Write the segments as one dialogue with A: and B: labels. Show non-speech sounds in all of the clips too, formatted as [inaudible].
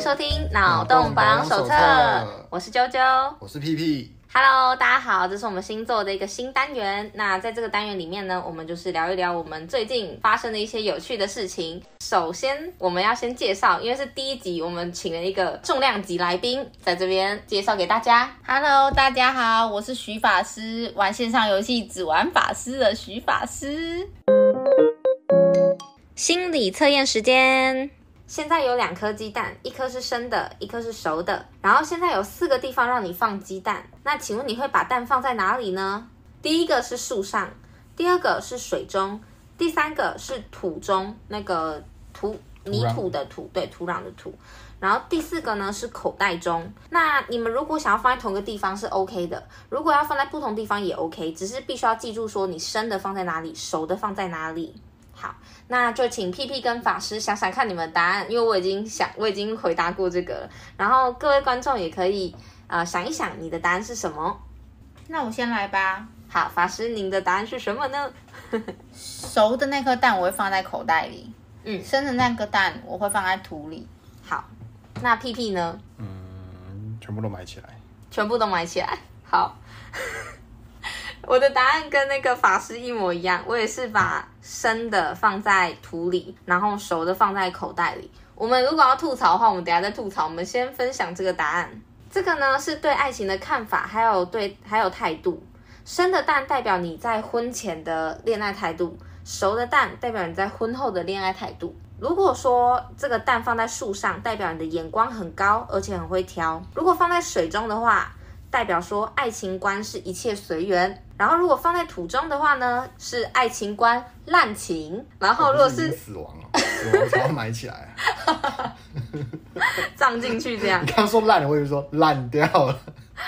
A: 收听《脑洞保养手册》，我是啾啾。
B: 我是屁屁，
A: Hello，大家好，这是我们星座的一个新单元。那在这个单元里面呢，我们就是聊一聊我们最近发生的一些有趣的事情。首先，我们要先介绍，因为是第一集，我们请了一个重量级来宾，在这边介绍给大家。
C: Hello，大家好，我是徐法师，玩线上游戏只玩法师的徐法师。
A: 心理测验时间。现在有两颗鸡蛋，一颗是生的，一颗是熟的。然后现在有四个地方让你放鸡蛋，那请问你会把蛋放在哪里呢？第一个是树上，第二个是水中，第三个是土中，那个土泥土的土，对，土壤的土。然后第四个呢是口袋中。那你们如果想要放在同一个地方是 OK 的，如果要放在不同地方也 OK，只是必须要记住说你生的放在哪里，熟的放在哪里。好，那就请 P P 跟法师想想看你们的答案，因为我已经想我已经回答过这个了。然后各位观众也可以呃想一想你的答案是什么。
C: 那我先来吧。
A: 好，法师您的答案是什么呢？
C: 熟的那颗蛋我会放在口袋里，
A: 嗯
C: 生的那颗蛋我会放在土里。
A: 好，那 P P 呢？
B: 嗯，全部都埋起来。
A: 全部都埋起来。好， [laughs] 我的答案跟那个法师一模一样，我也是把生的放在土里，然后熟的放在口袋里。我们如果要吐槽的话，我们等一下再吐槽。我们先分享这个答案，这个呢是对爱情的看法，还有对还有态度。生的蛋代表你在婚前的恋爱态度，熟的蛋代表你在婚后的恋爱态度。如果说这个蛋放在树上，代表你的眼光很高，而且很会挑；如果放在水中的话，代表说爱情观是一切随缘。然后如果放在土中的话呢，是爱情观滥情。然哦后如果
B: [laughs] 已
A: 是
B: 经死亡了，死亡才要埋起
A: [laughs]
B: 来。
A: 葬进去这样
B: 你，刚刚说烂了，我以为说烂掉了。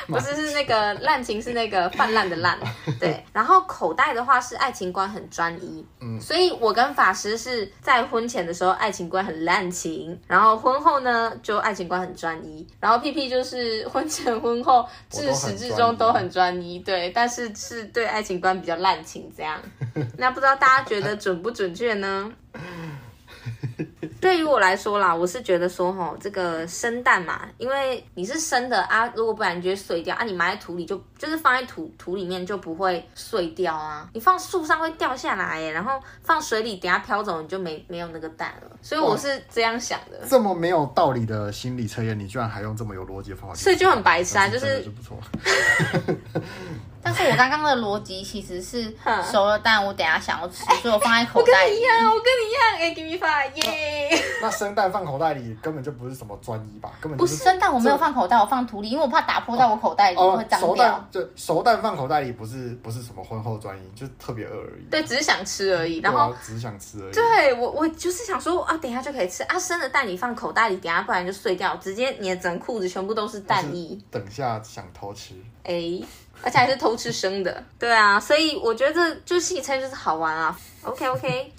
A: 不是是那个滥情是那个泛 [laughs] 滥的滥，对。然后口袋的话是爱情观很专一，嗯，所以我跟法师是在婚前的时候爱情观很滥情，然后婚后呢就爱情观很专一，然后 P P 就是婚前婚后自始至终都很专一，对，但是是对爱情观比较滥情这 [laughs] 样。那不知道大家觉得准不准确呢？对于我来说啦，我是觉得说吼，这个生蛋嘛，因为你是生的啊，如果不然你就会碎掉啊，你埋在土里就就是放在土土里面就不会碎掉啊，你放树上会掉下来耶，然后放水里等下飘走你就没没有那个蛋了，所以我是这样想的，
B: 这么没有道理的心理测验，你居然还用这么有逻辑的方法去做，
A: 所以就很白痴啊
B: 那
A: 就是
B: 真的是不错。
C: 但是我刚刚的逻辑其实是
A: [laughs] 哼哎
C: 熟的蛋我等一下想要吃，所以我放在口
A: 我跟
C: 袋
A: 你
C: 里
A: 一。样，我跟你一样，哎，give me five，耶、
B: 那生蛋放口袋里根本就不是什么专一吧，根本
C: 不
B: 就是
C: 生蛋，我没有放口袋，我放土里，因为我怕打破到我口袋
A: 啊
C: 里
B: 哦
C: 会，脏
B: 熟
C: 掉
B: 蛋。就熟蛋放口袋里不是不是什么婚后专一，就是特别饿而已。
A: 对，只是想吃而已，
B: 对
A: 然
B: 啊，
A: 后
B: 只是想吃而已。
A: 对啊我，我就是想说啊，等一下就可以吃啊，生的蛋你放口袋里，等一下不然就碎掉，直接你的整裤子全部都是蛋液，
B: 等下想偷吃，
A: 哎、而且还是偷吃生的，对啊，所以我觉得这就是心理测验就是好玩啊，OK OK。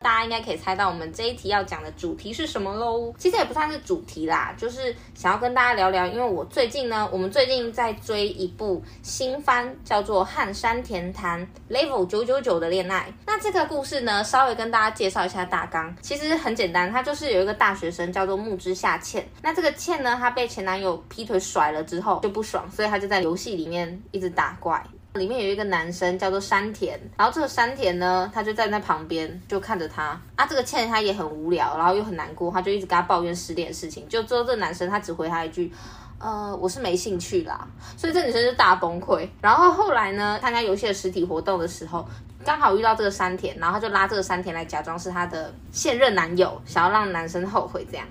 A: 大家应该可以猜到我们这一题要讲的主题是什么喽？其实也不算是主题啦，就是想要跟大家聊聊，因为我最近呢，我们最近在追一部新番，叫做《汉山田谈 Level 九九九的恋爱》。那这个故事呢，稍微跟大家介绍一下大纲，其实很简单，它就是有一个大学生叫做木之下茜，那这个茜呢，她被前男友劈腿甩了之后就不爽，所以她就在游戏里面一直打怪。里面有一个男生叫做山田，然后这个山田呢，他就站在旁边就看着他啊，这个倩他也很无聊，然后又很难过，他就一直跟他抱怨失恋的事情。就最后这个男生他只回他一句。呃，我是没兴趣啦，所以这女生就大崩溃。然后后来呢，参加游戏的实体活动的时候，刚好遇到这个山田，然后他就拉这个山田来假装是他的现任男友，想要让男生后悔这样。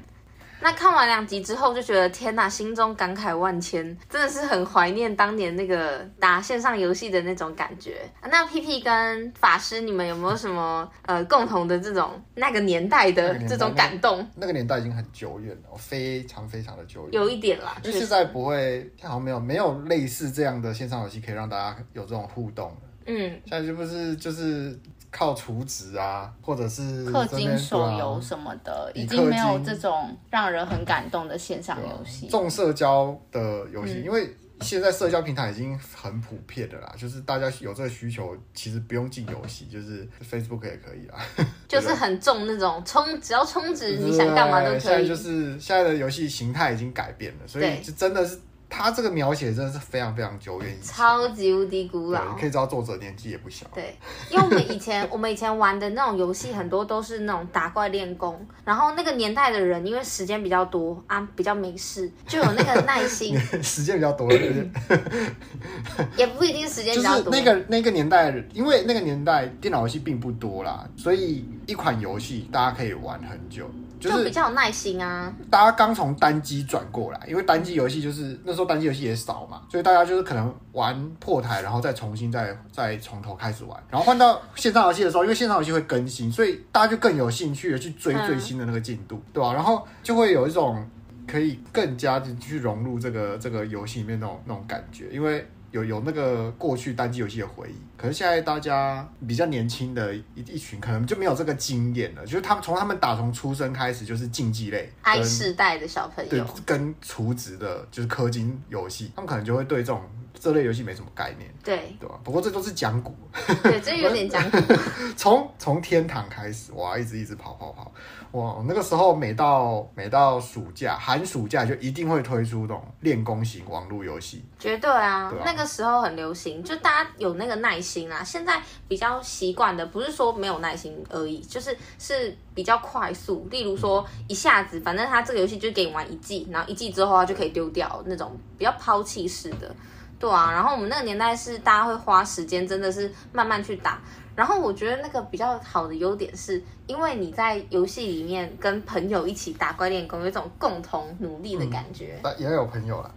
A: 那看完两集之后，就觉得天呐，心中感慨万千，真的是很怀念当年那个打线上游戏的那种感觉。啊那 P P 跟法师，你们有没有什么呃共同的这种那个年代
B: 那
A: 的
B: 个年代
A: 这种感动？
B: 那个年代已经很久远了，非常非常的久远。
A: 有一点啦，确
B: 因啊为现
A: 实，
B: 在不会，好像没有没有类似这样的线上游戏可以让大家有这种互动。
A: 嗯，
B: 现在是不是就是靠储值啊，或者是
C: 氪
B: 这边啊
C: 金手游什么的，已经没有这种让人很感动的线上
B: 对啊
C: 游戏。
A: 嗯
B: 重社交的游戏？因为现在社交平台已经很普遍的啦，就是大家有这个需求，其实不用进游戏，就是 Facebook 也可以啦。
A: 就是很重那种充，只要充值，你想干嘛都
B: 对现
A: 可
B: 在
A: 以
B: 就。是现在的游戏形态已经改变了，所
A: 对
B: 以就真的是他这个描写真的是非常非常久远以前，
A: 超级无敌古
B: 对，
A: 老
B: 你可，以知道作者年纪也不小。
A: 对，因为我们以前 [laughs] 我们以前玩的那种游戏，很多都是那种打怪练功，然后那个年代的人因为时间比较多啊，比较没事，就有那个耐
B: [laughs]
A: 心，
B: 时间比较多，就是
A: 也不一定嗯时间
B: 就
A: 比
B: 是
A: 较多。
B: 那个那个年代，因为那个年代电脑游戏并不多啦，所以一款游戏大家可以玩很久，就
A: 就比
B: 是嗯
A: 较有耐心啊，
B: 大家刚从单机转过来，因为单机游戏就是那时候单机游戏也少嘛，所以大家就是可能玩破台，然后再重新再再从头开始玩，然后换到线上游戏的时候，因为线上游戏会更新，所以大家就更有兴趣的去追
A: 嗯
B: 最新的那个进度，对吧、然后就会有一种可以更加的去融入这个这个游戏里面那种那种感觉，因为有有那个过去单机游戏的回忆。可是现在大家比较年轻的一一群，可能就没有这个经验了，就是他们从他们打从出生开始就是竞技类
A: 爱
B: 跟
A: 世代的小朋
B: 对
A: 友。嗯
B: 跟厨子的，就是氪金游戏，他们可能就会对这种这类游戏没什么概念，
A: 对
B: 对吧？不过这都是讲古，
A: 对，这有点讲古，
B: 从从天堂开始，哇，一直一直跑跑跑，哇！我那个时候每到每到暑假、寒暑假就一定会推出这种练功型网络游戏，
A: 绝对啊
B: 对啊
A: 那个时候很流行，就大家有那个耐心啊。现在比较习惯的，不是说没有耐心而已，就是是比较快速。例如说，
B: 嗯
A: 一下子，反正他这个游戏就给你玩一季，然后一季之后他就可以丢掉那种比较抛弃式的。对啊，然后我们那个年代是大家会花时间，真的是慢慢去打。然后我觉得那个比较好的优点是，因为你在游戏里面跟朋友一起打怪练功，有一种共同努力
B: 嗯
A: 的感觉。
B: 但也有朋友啦，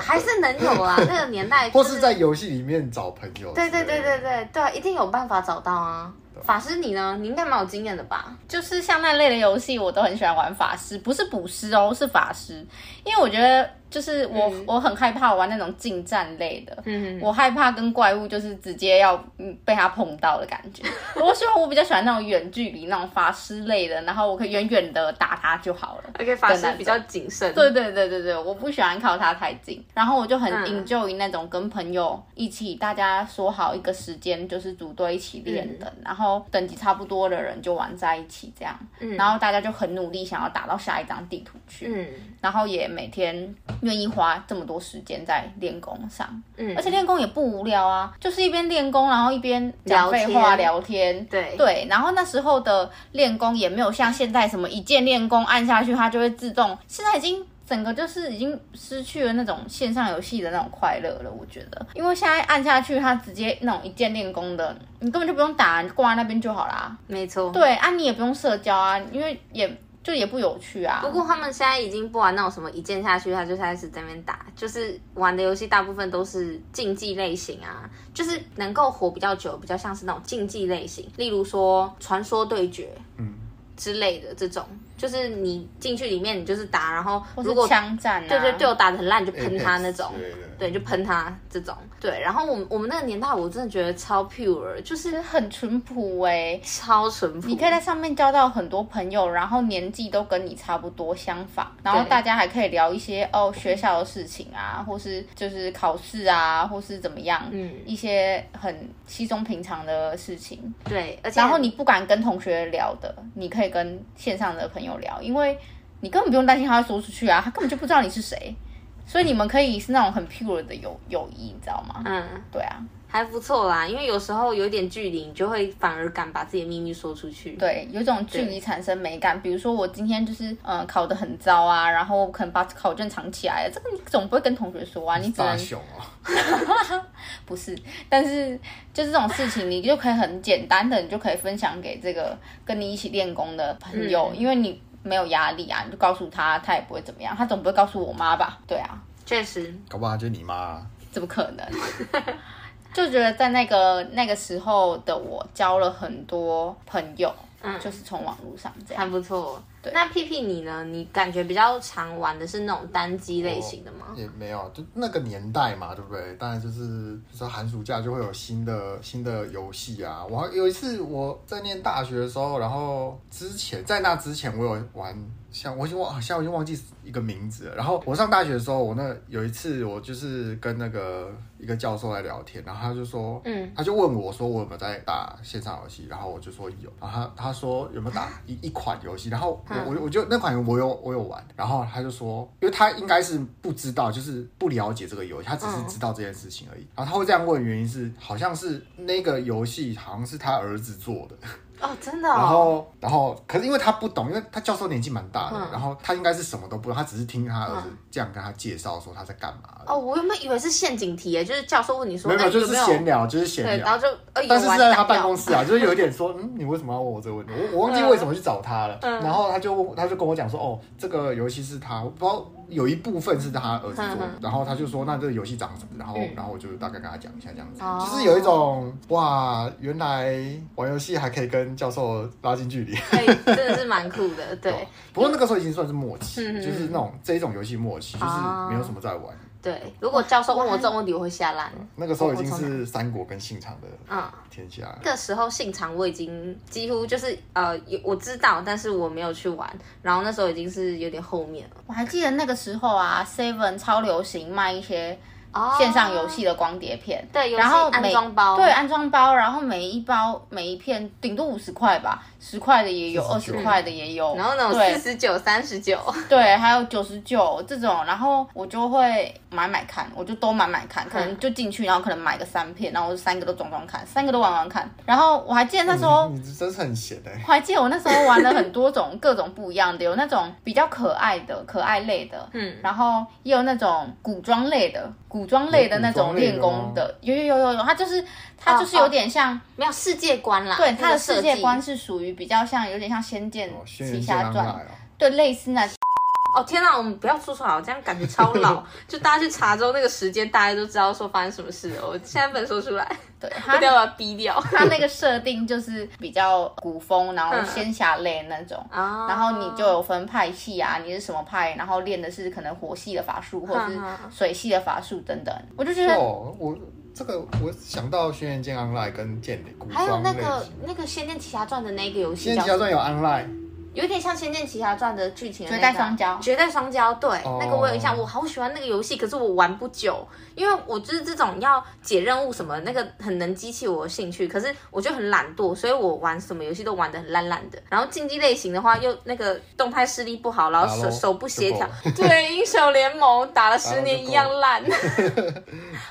A: 还是能有
C: [laughs]
A: 啊，那个年代、就
B: 或
A: 是
B: 是在游戏里面找朋友之
A: 对
B: 类的。
A: 对对对对对，一定有办法找到啊。法师你呢？你应该蛮有经验的吧？
C: 就是像那类的游戏，我都很喜欢玩法师，不是捕师哦，是法师，因为我觉得就是我、
A: 嗯
C: 我很害怕玩那种近战类的。
A: 嗯，
C: 我害怕跟怪物就是直接要嗯被它碰到的感觉。 [laughs] 我喜欢，我比较喜欢那种远距离那种法师类的，然后我可以远远的打它就好了。
A: 而且法
C: 的那
A: 师
C: 种
A: 比较谨慎。
C: 对对对对对，我不喜欢靠它太近，然后我就很
A: 嗯
C: enjoy 那种跟朋友一起，大家说好一个时间，就是组队
A: 嗯
C: 一起练的，然后等级差不多的人就玩在一起这样，
A: 嗯
C: 然后大家就很努力想要打到下一张地图去，
A: 嗯
C: 然后也每天愿意花这么多时间在练功上，
A: 嗯，
C: 而且练功也不无聊啊，就是一边练功，然后一边讲废话聊天。
A: 对
C: 对，然后那时候的练功也没有像现在什么一键练功按下去它就会自动，现在已经整个就是已经失去了那种线上游戏的那种快乐了。我觉得，因为现在按下去它直接那种一键练功的，你根本就不用打，你挂在那边就好啦。
A: 没错。
C: 对啊，你也不用社交啊，因为也就也不有趣啊。
A: 不过他们现在已经不玩那种什么一键下去他就开始在那边打，就是玩的游戏大部分都是竞技类型啊，就是能够活比较久，比较像是那种竞技类型，例如说传说对决
B: 嗯，
A: 之类的这种，就是你进去里面你就是打，然后
C: 或
A: 如
C: 是
A: 果
C: 枪战啊，
A: 对对，队友打的很烂就
B: Apex
A: 喷他那种
B: 之，类的
A: 对，就喷他这种，对。然后我们我们那个年代，我真的觉得超 pure，就是
C: 很淳朴哎、
A: 超淳朴。
C: 你可以在上面交到很多朋友，然后年纪都跟你差不多相仿，然后大家还可以聊一些哦学校的事情啊，或是就是考试啊，或是怎么样，
A: 嗯
C: 一些很稀松平常的事情。
A: 对，而且
C: 然后你不敢跟同学聊的，你可以跟线上的朋友聊，因为你根本不用担心他会说出去啊，他根本就不知道你是谁，所以你们可以是那种很 pure 的友友谊，你知道吗？
A: 嗯
C: 对啊，
A: 还不错啦，因为有时候有点距离，你就会反而敢把自己的秘密说出去。
C: 对，有一种距离产生美感。比如说我今天就是嗯、呃考得很糟啊，然后可能把考卷藏起来，啊这个你总不会跟同学说啊，你只
B: 大
C: 能
B: 雄哦，
C: 不是，但是就是这种事情，你就可以很简单的，你就可以分享给这个跟你一起练功的朋友，因为你没有压力啊，你就告诉他，他也不会怎么样，他总不会告诉我妈吧？对啊，
A: 确实，
B: 搞不好就是你妈啊、
C: 怎么可能？就觉得在那个那个时候的我交了很多朋友，
A: 嗯
C: 就是从网络上这样。
A: 还不错。那屁屁你呢？你感觉比较常玩的是那种单机类型的吗？
B: 也没有，啊就那个年代嘛，对不对？当然就是，比如说寒暑假就会有新的新的游戏啊。我还有一次我在念大学的时候，然后之前在那之前我有玩像我已经忘，啊现在我已经忘记一个名字了。然后我上大学的时候，我那有一次我就是跟那个一个教授来聊天，然后他就说，
A: 嗯，
B: 他就问我说我有没有在打线上游戏，然后我就说有，然后他他说有没有打一一款游戏，然后我
A: 嗯
B: 我我就那款我有我有玩，然后他就说，因为他应该是不知道，就是不了解这个游戏，他只是
A: 嗯
B: 知道这件事情而已。然后他会这样问，原因是好像是那个游戏好像是他儿子做的，
A: 哦，真的
B: 然
A: 哦，
B: 后，然后，可是因为他不懂，因为他教授年纪蛮大的，
A: 嗯
B: 然后他应该是什么都不懂，他只是听他儿子这样跟他介绍说他在干嘛的。
A: 哦，我原本以为是陷阱题耶，就是教授问你说，
B: 没有，没
A: 哎
B: 有，就
A: 有
B: 是
A: 没有
B: 闲聊，就是闲
A: 对，然
B: 聊。
A: 后就呃，
B: 但是
A: 有
B: 是
A: 玩
B: 在
A: 打
B: 他办
A: 掉
B: 公室啊，就是有一点说，嗯，你为什么要问我这个问题？我我忘记为什么去找他了。
A: 嗯
B: 然后他就问，他就跟我讲说，哦，这个游戏是他，我不知道有一部分是他儿子做的。
A: 嗯
B: 然后他就说，那这个游戏长什么？然后，
A: 嗯
B: 然后我就大概跟他讲一下这样子，
A: 哦
B: 就是有一种哇，原来玩游戏还可以跟教授拉近距离。
A: [laughs]
B: [laughs]
A: 哎，真的是蛮酷的，对。
B: 不过那个时候已经算是默契，
A: 嗯嗯嗯哦
B: 就是那种这一种游戏默契，就是没有什么在玩。
A: 对，如果教授问我这种问题，我会下烂。
B: 那个时候已经是三国跟信长的
A: 嗯，
B: 天下了。
A: 那个时候信长我已经几乎就是呃，有我知道，但是我没有去玩。然后那时候已经是有点后面了。
C: 我还记得那个时候啊，Seven 超流行卖一些
A: 哦
C: 线上游戏的光碟片，
A: 对游戏
C: 然后
A: 安
C: 每
A: 装包
C: 对，安装包，然后每一包每一片顶多五十块吧，十块的也有，二十
B: 49
C: 块的也有，
A: 然后那种
C: 对
A: 四十九、三十九，
C: 对，还有九十九这种，然后我就会买买看，我就都买买看，可能就进去，然后可能买个三片，然后我就三个都装装看，三个都玩玩看，然后我还记得那时候。
B: 你你真是很闲
C: [laughs]
B: 哎、
C: 我还记得嗯我那时候玩了很多种各种不一样的，有那种比较可爱的、可爱类的，嗯，然后也有那种古装类的、古装类的那
B: 有古
C: 种
B: 装类的
C: 练功的，有有有有有，它就是它就是有点像，
A: [laughs] 没有世界观啦。
C: 对
A: 那个
C: 它的世界
A: 设计
C: 观是属于比较像有点像《仙剑
B: 哦，轩
C: 奇
B: 辕
C: 侠
B: 剑
C: 传
B: 来》哦，
C: 对类似那
A: 哦天哪，我们不要说出来，我这样感觉超 [laughs] 老。就大家去查之后，那个时间大家都知道说发生什么事了。我现在不能说 [laughs] 出来，
C: [laughs] 对
A: 我
C: 它
A: 一定要把它逼 [laughs] 掉。
C: 它那个设定就是比较古风，然后仙侠类那种。
A: 啊
C: 然后你就有分派系啊，你是什么派，然后练的是可能火系的法术，或者是
A: 嗯嗯
C: 水系的法术等等。我就觉
A: 啊
C: 得
B: 哦，我这个我想到《轩辕剑 Online》跟《剑灵》古
A: 还有
B: 装
A: 那
B: 类型。
A: 个那个《仙剑奇侠传》的那个游
B: 《
A: 戏
B: 仙
A: 叫
B: 剑
A: 什
B: 奇
A: 么
B: 侠传》有 Online，
A: 有点像《仙剑奇侠传》的剧情的那
C: 绝
A: 个啊
C: 代双骄
A: 绝代双骄，对，
B: 哦
A: 那个我有印象，我好喜欢那个游戏，可是我玩不久，因为我就是这种要解任务什么，那个很能激起我的兴趣，可是我就很懒惰，所以我玩什么游戏都玩的很烂烂的。然后竞技类型的话，又那个动态视力不好，然后
B: 打
A: 手
B: 咯
A: 手不协调
B: 就，
A: [laughs] 对，英雄联盟打了
B: 打
A: 十
B: 咯
A: 年
B: 就
A: 一样
B: 够
A: 烂， [laughs]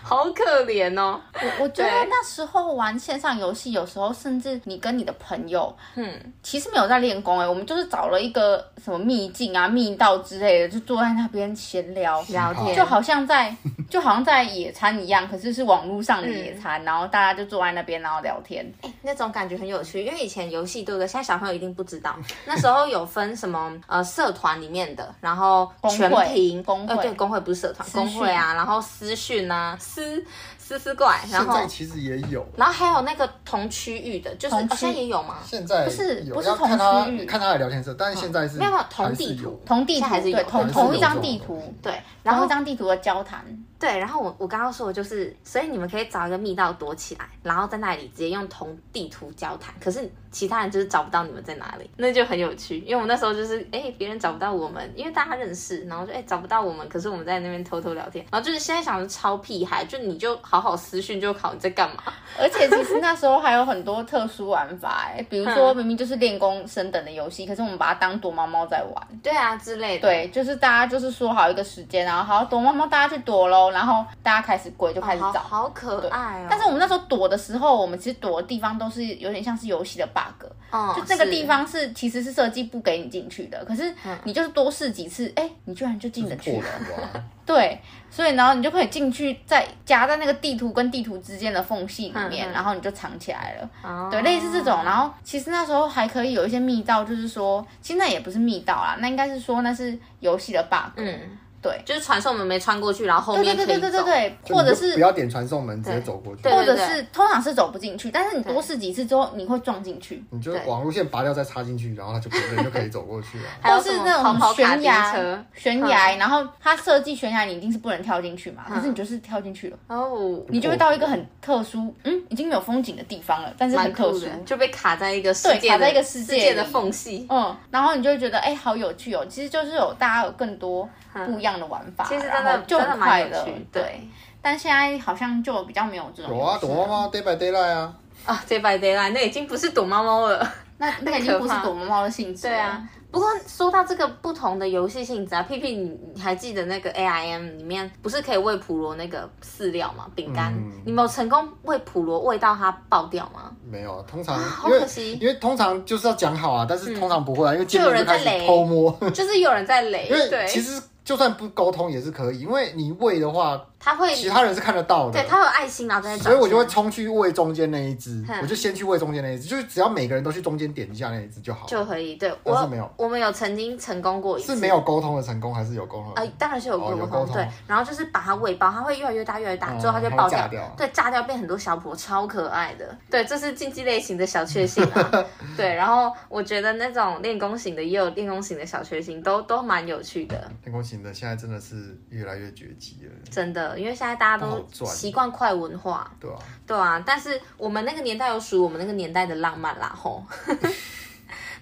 A: 好可怜哦。
C: 我我觉得
A: 对
C: 那时候玩线上游戏，有时候甚至你跟你的朋友，
A: 嗯
C: 嗯，其实没有在练功哎、我们就是找了一个什么秘境啊、密道之类的，就坐在那边闲聊。
A: 聊天
C: 就好像在， [laughs] 就好像在野餐一样，可是是网络上的
A: 嗯
C: 野餐，然后大家就坐在那边，然后聊天。
A: 哎、那种感觉很有趣，因为以前游戏对不对？现在小朋友一定不知道，
C: [laughs]
A: 那时候有分什么呃社团里面的，然后
C: 工
A: 全
C: 会
A: 屏
C: 工会
A: 呃对工会不是社团，
C: 私
A: 工
C: 讯
A: 会啊，然后私讯啊，私私私怪，然
B: 现
A: 后
B: 在其实也有。
A: 然后还有那个同区域的，就是、
C: 同
A: 哦、
C: 区
A: 现在也有吗？
B: 现在
C: 不是
B: 有
C: 不是
B: 要看
C: 同
B: 他
C: 区域
B: 看他的聊天室，但是现在是
A: 哦没有没有
B: 还
A: 同
B: 是
A: 地
B: 有
A: 图，
C: 同地
A: 现
C: 图
A: 在还是有
C: 对，同
B: 还是
C: 同一
B: 有
C: 张
B: 这种
C: 地
B: 的
C: 图，
A: 对，然
C: 然后
A: 后
C: 一张地图的交谈，
A: 对，然后我我刚刚说的就是，所以你们可以找一个密道躲起来，然后在那里直接用同地图交谈。可是其他人就是找不到你们在哪里，那就很有趣。因为我们那时候就是，哎，别人找不到我们，因为大家认识，然后就哎找不到我们，可是我们在那边偷偷聊天。然后就是现在想的超屁孩，就你就好好私讯就好，你在
C: [laughs]
A: 干嘛？
C: 而且其实那时候还有很多特殊玩法、欸，比如说明明就是练功升等的游戏，可是我们把它当躲猫猫在玩。
A: 对啊之类的。
C: 对，就是大家就是说好一个时间，然后好躲猫猫，大家去躲喽，然后大家开始鬼就开始
A: 哦好
C: 找。
A: 好可爱哦。
C: 但是我们那时候躲的时候，我们其实躲的地方都是有点像是游戏的 bug，、
A: 嗯
C: 就这个
A: 是
C: 地方是其实是设计不给你进去的，可是你就是多试几次，哎、你居然就进得去
B: 破
C: 了。
B: 了
A: [laughs]
B: 哇！
C: 对，所以然后你就可以进去，在夹在那个地图跟地图之间的缝隙里面，
A: 嗯嗯
C: 然后你就藏起来了。
A: 哦
C: 对，类似这种。然后其实那时候还可以有一些密道，就是说，其实那也不是密道啦，那应该是说那是游戏的 bug。
A: 嗯，
C: 对，
A: 就是传送门没穿过去，然后后
C: 对
A: 面
C: 对
A: 可以
C: 对
A: 走。
C: 对对对对，
B: 就
C: 或
B: 你
C: 者
B: 就是不要点传送门，直接
A: 对
B: 走过去，
A: 对
C: 或者是通常是走不进去，但是你多试几次之后，你会撞进去。
B: 你就
A: 对
B: 网路线拔掉再插进去，然后它就不对，你就可以走过去了。
A: [laughs] 还有
C: 或是
A: 什么
C: 那
A: 跑跑
C: 种
A: 卡
C: 悬
A: 丁车嗯
C: 崖，悬崖，然后它设计悬崖，你一定是不能跳进去嘛。可
A: 嗯
C: 是你就是跳进去了，
A: 哦，
C: 你就会到一个很特殊，嗯，已经没有风景的地方了，但是
A: 蛮
C: 很特
A: 酷
C: 殊
A: 的，，就被卡在一个世
C: 对
A: 界的
C: 卡在一个
A: 世
C: 世界
A: 界的
C: 里
A: 缝隙。
C: 嗯，然后你就会觉得哎、好有趣哦。其实就是有大家有更多不一样的玩法，
A: 嗯其实真
C: 然后
A: 的
C: 就
A: 真的
C: 很
A: 蛮
C: 快
A: 有
C: 乐
A: 趣，的
C: 对。但现在好像就比较没有这种
B: 有啊，
C: 游戏
B: 躲猫猫 day by daylight 啊，
A: 啊，Day by Day 啦，那已经不是躲猫猫了。
C: 那那个已经不是躲猫猫的性质，
A: 对啊，，不过说到这个不同的游戏性质啊，屁屁，你你还记得那个 A I M 里面不是可以喂普罗那个饲料吗？饼干，
B: 嗯
A: 你没有成功喂普罗喂到它爆掉
B: [laughs]
A: 吗？
B: 没有，啊通常
A: 啊好
B: 因为
A: 可惜嗯
B: 因为通常就是要讲好啊，但是通常不会啊，因为见
A: 就有人
B: 面就开
A: 在雷
B: 始偷摸，
A: 就是有人在雷，
B: 因
A: 对
B: 为，其实就算不沟通也是可以，因为你喂的话，
A: 他会，
B: 其他人是看得到的
A: 对，，他有爱心，然啊后在那
B: 所以我就
A: 转
B: 会
A: 圈
B: 冲去喂中间那一只
A: 哼，
B: 我就先去喂中间那一只，就是只要每个人都去中间点一下那一只就好了，
A: 就可以。对
B: 但
A: 我
B: 是没有，
A: 我们有曾经成功过一次，
B: 是没有沟通的成功还是有沟通的
A: 呃，当然是有
B: 哦
A: 沟
B: 有
A: 通，
B: 沟通
A: 对，然后就是把它喂饱，它会越来越大，越来越大，
B: 哦
A: 之后它就
B: 它会
A: 爆
B: 炸掉
A: 对，炸掉变很多小婆，超可爱的。对，这是竞技类型的小确幸
B: [laughs]
A: 啊。对，然后我觉得那种练功型的也有练功型的小确幸，都都蛮有趣的，
B: 天空型的现在真的是越来越绝迹了，
A: 真的，因为现在大家
B: 不
A: 都
B: 好哦赚
A: 习惯快文化，
B: 对啊，
A: 对啊，但是我们那个年代有属于我们那个年代的浪漫啦，吼。 [laughs]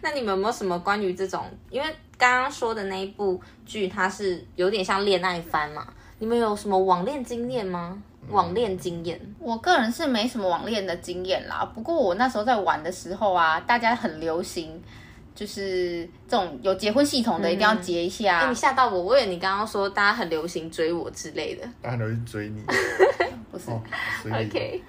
A: 那你们有没有什么关于这种？因为刚刚说的那一部剧，它是有点像恋爱番嘛。你们有什么网恋经验吗？
C: 嗯
A: 网恋经验，
C: 我个人是没什么网恋的经验啦，不过我那时候在玩的时候啊，大家很流行，就是这种有结婚系统的一定要结一下。
A: 嗯哎、你吓到我，我以为你刚刚说大家很流行追我之类的。
B: 大家都去
A: [laughs]
B: 追你，
C: 不是、
B: 哦，所
C: 嗯
B: 以
A: OK，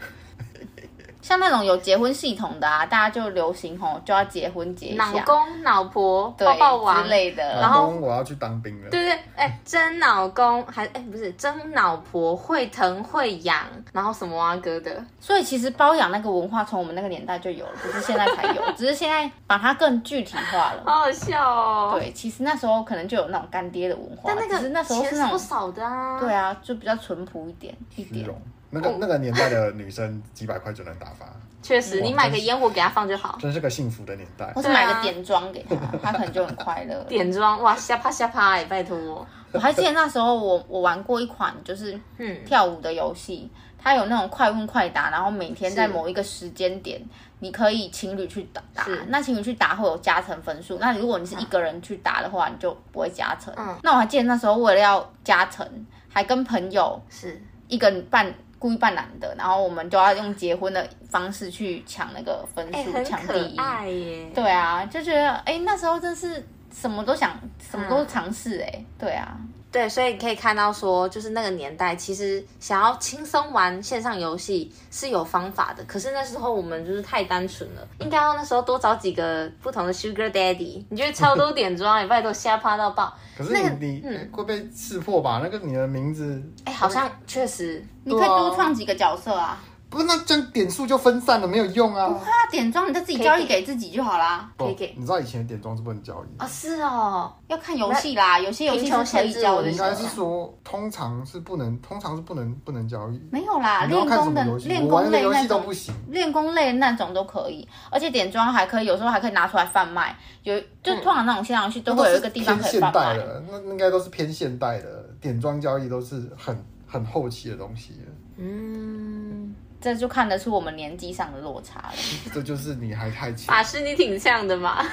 C: 像那种有结婚系统的啊，大家就流行吼就要结婚结一
A: 老
C: 下，
A: 公、老婆、
C: 对
A: 抱抱王
C: 之，类的。
A: 然
B: 老
A: 后
B: 公我要去当兵了，
A: 对对，哎，真老公还哎不是真老婆会疼会痒，然后什么啊哥的，
C: 所以其实包养那个文化从我们那个年代就有了，不是现在才
A: [laughs]
C: 有，只是现在把它更具体化了。
A: 好好笑哦。
C: 对，其实那时候可能就有那种干爹的文化，
A: 但那
C: 啊只
A: 个
C: 是那时候
A: 钱
C: 是
A: 是
C: 那
A: 不
C: 种
A: 少的啊。
C: 对啊，就比较淳朴一点一
B: 虚
C: 点。
B: 荣。那
A: 哦
B: 个那个年代的女生几百块就能打发，
A: 确实，
B: 哇
A: 你买个烟火给他放就好。
B: 真是个幸福的年代
C: 或。是
A: 对啊
C: 买个点妆给他，他可能就很快乐。
A: 点妆哇，瞎啪瞎啪哎、拜托。
C: 我还记得那时候我我玩过一款就是
A: 嗯，
C: 跳舞的游戏，它有那种快问快答，然后每天在
A: 是
C: 某一个时间点，你可以情侣去打答
A: 是，嗯
C: 那情侣去答会有加成分数，那如果你是一个人去答的话，你就不会加成。那我还记得那时候为了要加成，还跟朋友
A: 是
C: 一个扮故意扮男的，然后我们就要用结婚的方式去抢那个分
A: 哎、
C: 数，
A: 很
C: 抢第
A: 可
C: 一。
A: 爱耶。
C: 对啊，就觉得哎、那时候真是什么都想，什么都
A: 嗯
C: 尝试哎，对啊，
A: 对，所以你可以看到说，就是那个年代，其实想要轻松玩线上游戏是有方法的。可是那时候我们就是太单纯了，应该要那时候多找几个不同的 Sugar Daddy，你就会超多点妆哎、拜托瞎啪到爆。
B: 可是
A: 那个
B: 你你会被识破吧？那个你的名字，
A: 哎、好像确实
C: 你可以多
B: 对啊
C: 创几个角色啊。
B: 不是那这样点数就分散了，没有用啊。
C: 那点妆你就自己交易给自己就好啦，
A: 可以给
B: 你知道以前点妆是不能交易
A: 哦，是哦，
C: 要看游戏啦，有些游戏是可以交
B: 的，应
C: 易
A: 贫穷
B: 该
A: 限制
B: 是
A: 我
C: 的。
B: 说通常是不能，通常是不能不能交易。
C: 没有啦，
B: 你要
C: 啊练
B: 看什
C: 功
B: 么
C: 的
B: 游戏？
C: 练
B: 我玩
C: 功
B: 的
C: 类
B: 游
C: 那
B: 戏都
C: 种
B: 不，行。
C: 练功类那种都可以，而且点妆还可以，有时候还可以拿出来贩卖。有就通常那种线上游戏都会有一个地方
B: 那
C: 可
B: 嗯都
C: 以
B: 是偏现
C: 贩
B: 代
C: 卖。
B: 的，那那应该都是偏现代的点妆交易，都是很很后期的东西了。
A: 嗯，
C: 这就看得出我们年纪上的落差了。
B: 这就是你还太
A: [laughs]
B: 浅
A: 法。师你挺像的嘛。 [laughs]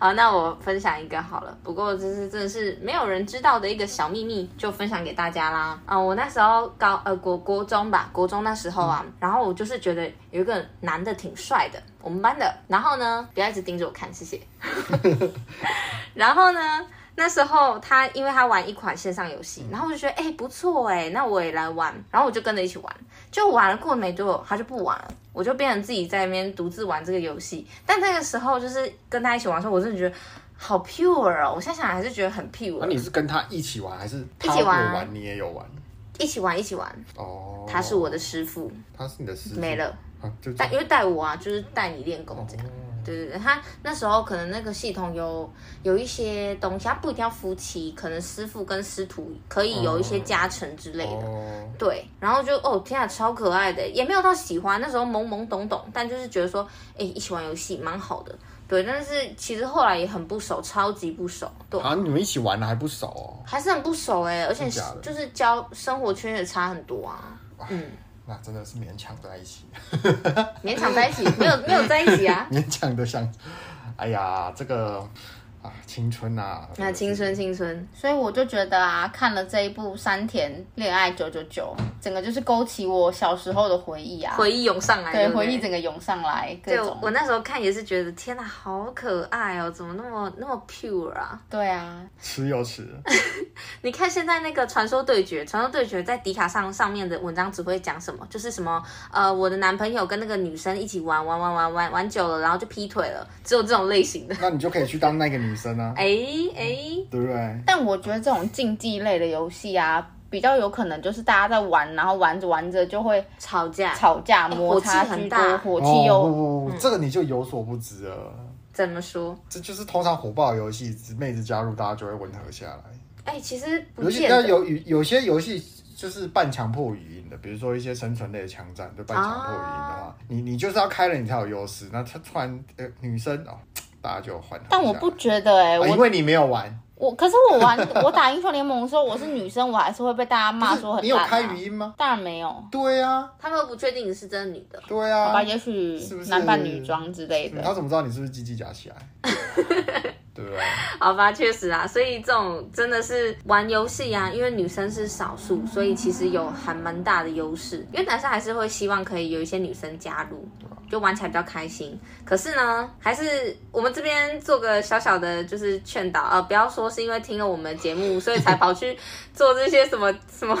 A: 好，那我分享一个好了，不过这是真的是没有人知道的一个小秘密，就分享给大家啦。啊、我那时候高呃国国中吧，国中那时候啊，然后我就是觉得有一个男的挺帅的，我们班的，然后呢，不要一直盯着我看，谢谢。然后呢，那时候他因为他玩一款线上游戏，
B: 嗯
A: 然后我就觉得哎、不错哎，那我也来玩，然后我就跟着一起玩，就玩了过没多久他就不玩了，我就变成自己在那边独自玩这个游戏。但那个时候就是跟他一起玩的时候，我真的觉得好 pure 哦，我现在想还是觉得很 pure，、
B: 那啊你是跟他一起玩，还是
A: 一
B: 他
A: 起
B: 有
A: 玩
B: 玩，你也有玩？
A: 一起玩一起玩，
B: 哦，
A: 他是我的，师傅，
B: 他是你的师傅
A: 没了，
B: 啊，就这
A: 但因
B: 样
A: 为带我啊，就是带你练功这样。
B: 哦
A: 对对对，他那时候可能那个系统有有一些东西，他不一定要夫妻，可能师傅跟师徒可以有一些加成之类的。
B: 哦，
A: 对，然后就哦天啊，超可爱的，也没有到喜欢，那时候懵懵懂懂，但就是觉得说，哎，一起玩游戏蛮好的。对，但是其实后来也很不熟，超级不熟。对，
B: 啊，你们一起玩的还不熟哦，
A: 还是很不熟哎、而且
B: 真假的
A: 就是交生活圈也差很多啊。嗯，
B: 那真的是勉强在一起，。
A: 勉强在一起，没有没有在一起啊
B: [laughs] 勉强的想，哎呀，这个啊，青春呐、
A: 那青春青春，
C: 所以我就觉得啊，看了这一部《山田恋爱九九九》，整个就是勾起我小时候的回忆啊，
A: 回忆涌上来，
C: 对
A: 不
C: 回忆整个涌上来，各
A: 对，
C: 种
A: 我那时候看也是觉得，天哪，好可爱哦，怎么那么那么 pure 啊？
C: 对啊，
B: 吃又吃， [laughs]
A: 你看现在那个《传说对决》，《传说对决》在迪卡上上面的文章只会讲什么，就是什么呃，我的男朋友跟那个女生一起玩玩玩玩玩玩久了，然后就劈腿了，只有这种类型的。
B: 那你就可以去当那个女生啊， [laughs]
A: 哎哎，
B: 对不对？
C: 但我觉得这种竞技类的游戏啊，比较有可能就是大家在玩，然后玩着玩着就会
A: 哎吵架，
C: 吵架、摩
A: 哎火嗯气
C: 擦
A: 很
C: 居
A: 大
C: 多，火气又、
B: 哦、不不不，这个你就有所不知了。
A: 怎么说？
B: 这就是通常火爆的游戏，只妹子加入，大家就会温和下来。
A: 哎，其实不
B: 尤其
A: 见
B: 要
A: 得
B: 有语，有些游戏就是半强迫语音的，比如说一些生存类的枪战，就半强迫语音的话，
C: 哦
B: 你你就是要开了你才有优势。那他突然呃女生哦，大家就缓和一下。
C: 但我不觉得哎、
B: 啊因
C: 我
B: 为你没有玩，
C: 我可是我玩我打英雄联盟的时候，我是女生，我还是会被大家骂
B: 不是
C: 说很
B: 你有
C: 烂、啊。
B: 开语音吗？
C: 当然没有，
B: 对啊，
A: 他们不确定你是真的女的，
B: 对
C: 好吧，
B: 啊，
C: 也许
B: 是不是
C: 男扮女装之类
B: 嗯
C: 的。
B: 他怎么知道你是不是鸡鸡夹起来？
C: [laughs]
B: 对啊不对？啊
A: [laughs] 好吧，确实啊，所以这种真的是玩游戏啊，因为女生是少数，所以其实有还蛮大的优势。因为男生还是会希望可以有一些女生加入，就玩起来比较开心。可是呢，还是我们这边做个小小的就是劝导啊、呃不要说是因为听了我们的节目，所以才跑去做这些什么 [laughs] 什么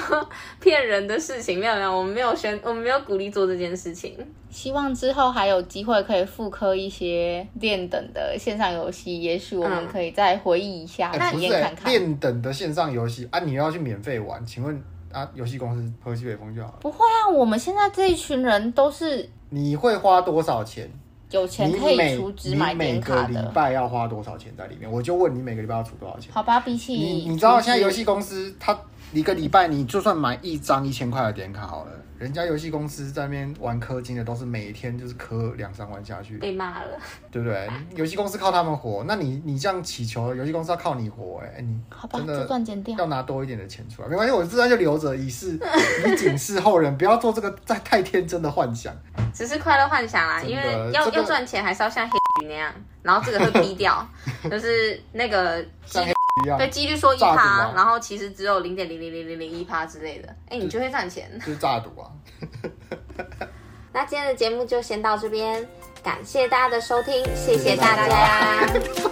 A: 骗人的事情。没有没有，我们没有宣，我们没有鼓励做这件事情。
C: 希望之后还有机会可以复刻一些练等的线上游戏，也许我们
A: 嗯
C: 可以再回忆一下，
B: 哎，
C: 体
B: 不是、
C: 验
B: 欸
C: 看，看。
B: 练等的线上游戏啊，你要去免费玩，请问啊，游戏公司喝西北风就好了。
C: 不会啊，我们现在这一群人都是
B: 你会花多少钱？
C: 有钱
B: 你
C: 可以
B: 每
C: 出资
B: 你
C: 买点
B: 每
C: 卡
B: 个礼
C: 的，
B: 拜要花多少钱在里面？我就问你每个礼拜要出多少钱？
C: 好吧？比起
B: 你你知道
C: 出资
B: 现在游戏公司它一个礼拜你就算买一张一千块的点卡好了，人家游戏公司在那边玩氪金的都是每天就是氪两三万下去，
A: 被骂了，
B: 对不对？游戏公司靠他们活，那你你这样祈求游戏公司要靠你活、哎哎，你
C: 好吧，
B: 真
C: 这
B: 的
C: 段剪掉。
B: 要拿多一点的钱出来，没关系，我自然就留着以示
C: [laughs]
B: 以警示后人，不要做这个太太天真的幻想。
A: 只是快乐幻想啦，
B: 真的
A: 因为要、
B: 这个
A: 要赚钱还是要像黑那样，然后这个会低
B: [laughs]
A: 调，就是那个几
B: 像黑一样
A: 对几率说一
B: 诈赌
A: 趴
B: 啊，
A: 然后其实只有零点零零零零零一趴之类的，哎，你就会赚 [laughs] 钱。
B: 就是诈赌啊！
A: 那今天的节目就先到这边，感谢大家的收听，谢谢大
B: 谢谢
A: 家。